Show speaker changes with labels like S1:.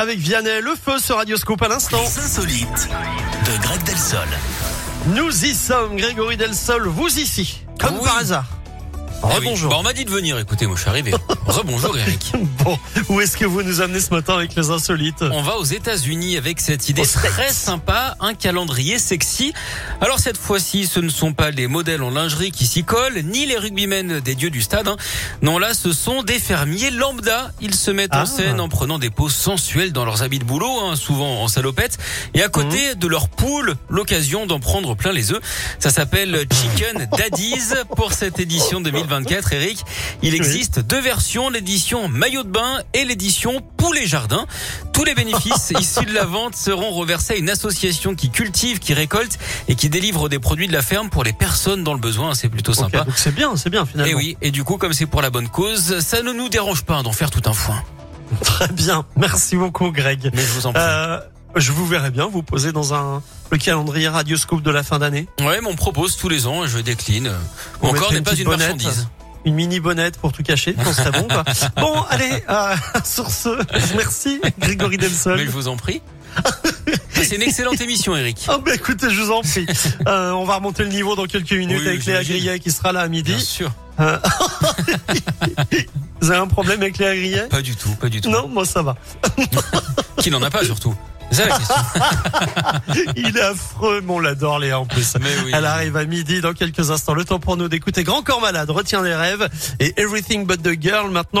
S1: Avec Vianney, le feu sur Radioscope à l'instant.
S2: Les insolites de Greg Delsol.
S3: Eh
S1: Nous y sommes, Grégory Delsol, vous ici, comme
S3: Oui.
S1: par hasard.
S3: Ah oui.
S1: Rebonjour.
S3: Bah, on m'a dit de venir, écoutez, moi je suis arrivé. Rebonjour Eric.
S1: Bon, où est-ce que vous nous amenez ce matin avec les insolites
S3: On va aux États-Unis avec cette idée
S1: Aux States.
S3: très sympa, un calendrier sexy. Alors cette fois-ci, ce ne sont pas les modèles en lingerie qui s'y collent, ni les rugbymen des dieux du stade. hein. Non, là, ce sont des fermiers lambda. Ils se mettent
S1: Ah.
S3: en scène en prenant des poses sensuelles dans leurs habits de boulot, hein, souvent en salopette, et à côté de leurs poules, l'occasion d'en prendre plein les œufs. Ça s'appelle Chicken Daddies pour cette édition 2024. Eric, il existe deux versions, l'édition maillot de bain et l'édition poulet jardin. Tous les bénéfices issus de la vente seront reversés à une association qui cultive, qui récolte et qui délivre des produits de la ferme pour les personnes dans le besoin. C'est plutôt
S1: Ok,
S3: sympa.
S1: donc c'est bien, c'est bien
S3: Et
S1: finalement.
S3: oui, et du coup, comme c'est pour la bonne cause, ça ne nous dérange pas d'en faire tout un foin.
S1: Très bien, merci beaucoup Greg.
S3: Mais je vous en prie.
S1: Euh, je vous verrai bien vous poser dans un le calendrier Radioscope de la fin d'année.
S3: Ouais, mais on me propose tous les ans et je décline.
S1: Vous
S3: Mon corps
S1: mettrez
S3: n'est pas
S1: petite
S3: une
S1: bonnette,
S3: marchandise.
S1: Une mini bonnette pour tout cacher, non, c'est bon quoi. Bon, allez, euh, sur ce, merci Grégory Delsol.
S3: Mais je vous en prie. C'est une excellente émission, Eric.
S1: Ah bah écoutez, je vous en prie. Euh, on va remonter le niveau dans quelques minutes
S3: Oui,
S1: avec Léa
S3: j'imagine.
S1: Grillet qui sera là à
S3: Bien
S1: midi.
S3: sûr.
S1: Vous avez un problème avec Léa Grillet
S3: Pas du tout, pas du tout.
S1: Non, moi ça va.
S3: Qui n'en a pas surtout. C'est ça la question.
S1: Il est affreux, mais on l'adore Léa en plus.
S3: Mais oui.
S1: Elle arrive à midi dans quelques instants. Le temps pour nous d'écouter Grand Corps Malade, Retiens les rêves et Everything But The Girl maintenant.